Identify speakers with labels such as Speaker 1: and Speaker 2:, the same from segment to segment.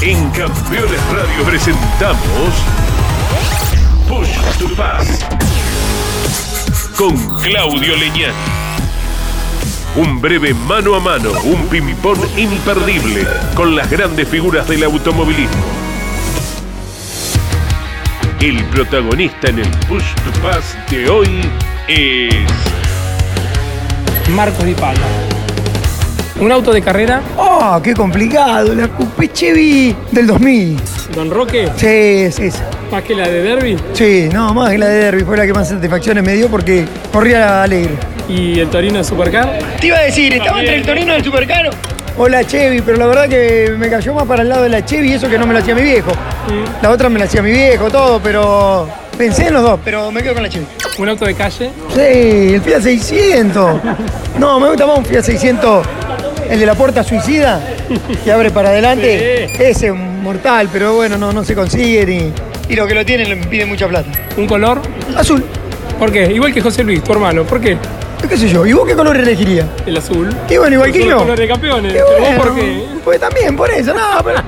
Speaker 1: En Campeones Radio presentamos Push to Pass con Claudio Leñán. Un breve mano a mano, un ping-pong imperdible con las grandes figuras del automovilismo. El protagonista en el Push to Pass de hoy es
Speaker 2: Marcos Di Palma. Un auto de carrera,
Speaker 3: ¡Oh, qué complicado! La Coupé Chevy del 2000.
Speaker 2: Don Roque,
Speaker 3: Sí, es esa.
Speaker 2: más que la de Derby,
Speaker 3: Sí, no, más que la de Derby. Fue la que más satisfacciones me dio porque corría alegre.
Speaker 2: y el Torino Supercar.
Speaker 3: Te iba a decir, estaba entre el Torino y el Supercaro. O la Chevy, pero la verdad que me cayó más para el lado de la Chevy y eso que no me la hacía mi viejo. La otra me la hacía mi viejo, todo, pero pensé en los dos, pero me quedo con la Chevy.
Speaker 2: Un auto de calle,
Speaker 3: Sí, el Fiat 600. No, me gusta más un Fiat 600, el de la puerta suicida, que abre para adelante.
Speaker 2: Sí.
Speaker 3: Ese es mortal, pero bueno, no, no se consigue ni... Y lo que lo tienen le piden mucha plata.
Speaker 2: un color.
Speaker 3: Azul,
Speaker 2: ¿Por qué? Igual que José Luis, tu hermano. ¿Por qué?
Speaker 3: qué sé yo, ¿y vos qué color elegirías?
Speaker 2: El azul.
Speaker 3: Y bueno, igual
Speaker 2: Son
Speaker 3: que
Speaker 2: los
Speaker 3: yo.
Speaker 2: colores de campeones.
Speaker 3: Qué
Speaker 2: Pero vos
Speaker 3: bueno.
Speaker 2: por qué?
Speaker 3: Pues también, por eso, no, pero...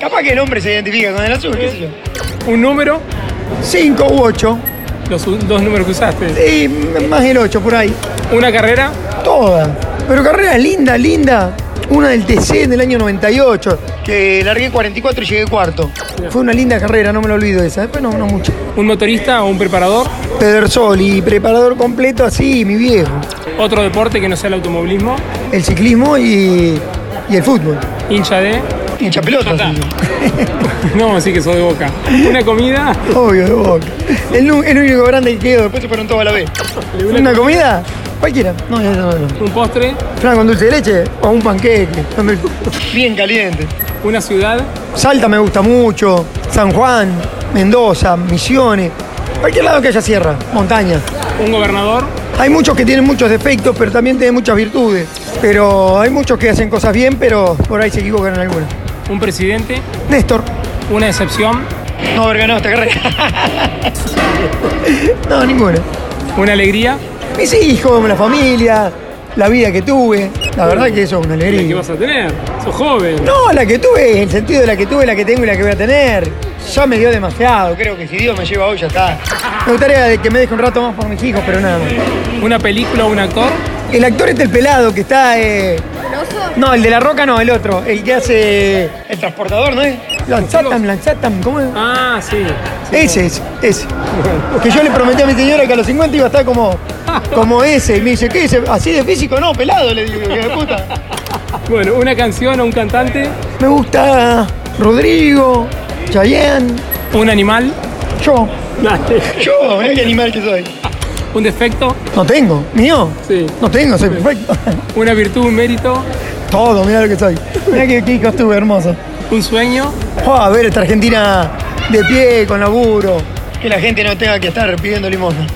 Speaker 3: Capaz que el hombre se identifica con el azul, qué sé yo.
Speaker 2: Un número,
Speaker 3: 5 u 8,
Speaker 2: los u- dos números que usaste.
Speaker 3: y más el 8 por ahí.
Speaker 2: Una carrera,
Speaker 3: Toda. Pero carrera linda, linda. Una del TC del año 98. Que largué 44 y llegué cuarto. Fue una linda carrera, no me lo olvido esa. Después no, no mucho.
Speaker 2: un motorista o un preparador.
Speaker 3: Pedersoli, preparador completo así, mi viejo.
Speaker 2: Otro deporte que no sea el automovilismo.
Speaker 3: El ciclismo y, y el fútbol.
Speaker 2: Hincha de.
Speaker 3: Hincha pelota, sí.
Speaker 2: No, sí que soy de boca. Una comida,
Speaker 3: Obvio, de Boca. El, nu- el único grande que quedó. Después se fueron todos a la vez. ¿Una comida? Cualquiera. No, no, no. no.
Speaker 2: un postre,
Speaker 3: Flan con dulce de leche o un panqueque. Bien caliente.
Speaker 2: una ciudad,
Speaker 3: Salta me gusta mucho, San Juan, Mendoza, Misiones, cualquier lado que haya sierra, montaña.
Speaker 2: un gobernador,
Speaker 3: Hay muchos que tienen muchos defectos, pero también tienen muchas virtudes. Pero hay muchos que hacen cosas bien, pero por ahí se equivocan en alguna.
Speaker 2: un presidente,
Speaker 3: Néstor.
Speaker 2: una excepción,
Speaker 3: No haber ganado esta carrera. no, ninguna.
Speaker 2: una alegría.
Speaker 3: Mis hijos, la familia, la vida que tuve. La verdad que eso es una
Speaker 2: ¿Y ¿Qué
Speaker 3: alegría.
Speaker 2: vas a tener? Sos joven.
Speaker 3: No, la que tuve, en el sentido de la que tuve, la que tengo y la que voy a tener. Ya me dio demasiado, creo que si Dios me lleva hoy ya está. Me gustaría de que me deje un rato más por mis hijos, pero nada. más.
Speaker 2: Una película, un actor,
Speaker 3: El actor este, el pelado, que está... eh, No, el de la roca no, el otro. El que hace... El transportador, ¿no es? Lanzatam, Lanzatam, ¿cómo es?
Speaker 2: Ah, sí. sí.
Speaker 3: Ese, ese, ese. Que yo le prometí a mi señora que a los 50 iba a estar como, como ese. Y me dice, ¿qué? Ese? Así de físico, no, pelado, le digo, que de puta.
Speaker 2: Bueno, una canción o un cantante,
Speaker 3: Me gusta Rodrigo, Chayanne,
Speaker 2: un animal,
Speaker 3: yo.
Speaker 2: Dale.
Speaker 3: Yo, mirá qué animal que soy.
Speaker 2: un defecto,
Speaker 3: No tengo, mío.
Speaker 2: Sí.
Speaker 3: No tengo, soy perfecto.
Speaker 2: una virtud, un mérito,
Speaker 3: Todo, mirá lo que soy. Mirá qué qué hijo estuve, hermoso.
Speaker 2: un sueño,
Speaker 3: Oh, a ver esta Argentina de pie, con laburo. Que la gente no tenga que estar pidiendo limosna.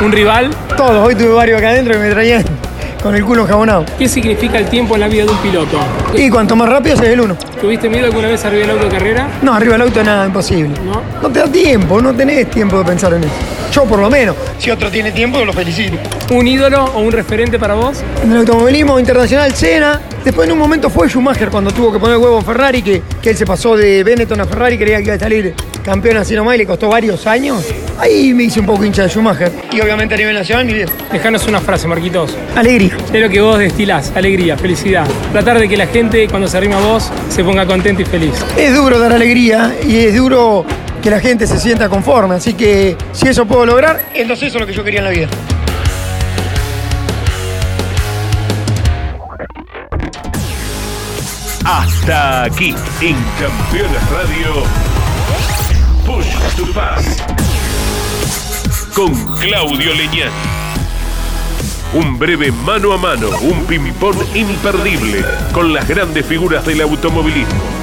Speaker 2: un rival.
Speaker 3: Todos, hoy tuve varios acá adentro que me traían con el culo jabonado.
Speaker 2: ¿Qué significa el tiempo en la vida de un piloto?
Speaker 3: Y cuanto más rápido se ve el uno.
Speaker 2: ¿Tuviste miedo alguna vez arriba del auto de carrera?
Speaker 3: No, arriba del auto nada, imposible.
Speaker 2: No.
Speaker 3: te da tiempo, no tenés tiempo de pensar en eso. Yo por lo menos. Si otro tiene tiempo, lo felicito.
Speaker 2: ¿Un ídolo o un referente para vos?
Speaker 3: En el automovilismo internacional, Senna. Después en un momento fue Schumacher cuando tuvo que poner el huevo en Ferrari, que, que él se pasó de Benetton a Ferrari, creía que iba a salir campeón así nomás y le costó varios años. Ahí me hice un poco hincha de Schumacher. Y obviamente a nivel nacional, mi viejo.
Speaker 2: Dejanos una frase, Marquitos.
Speaker 3: Alegría.
Speaker 2: Es lo que vos destilás, alegría, felicidad. Tratar de que la gente, cuando se arrima a vos, se ponga contenta y feliz.
Speaker 3: Es duro dar alegría y es duro que la gente se sienta conforme, así que si eso puedo lograr, entonces eso es lo que yo quería en la vida.
Speaker 1: Hasta aquí en Campeones Radio. Push to Pass. Con Claudio Leñán. Un breve mano a mano, un ping-pong imperdible con las grandes figuras del automovilismo.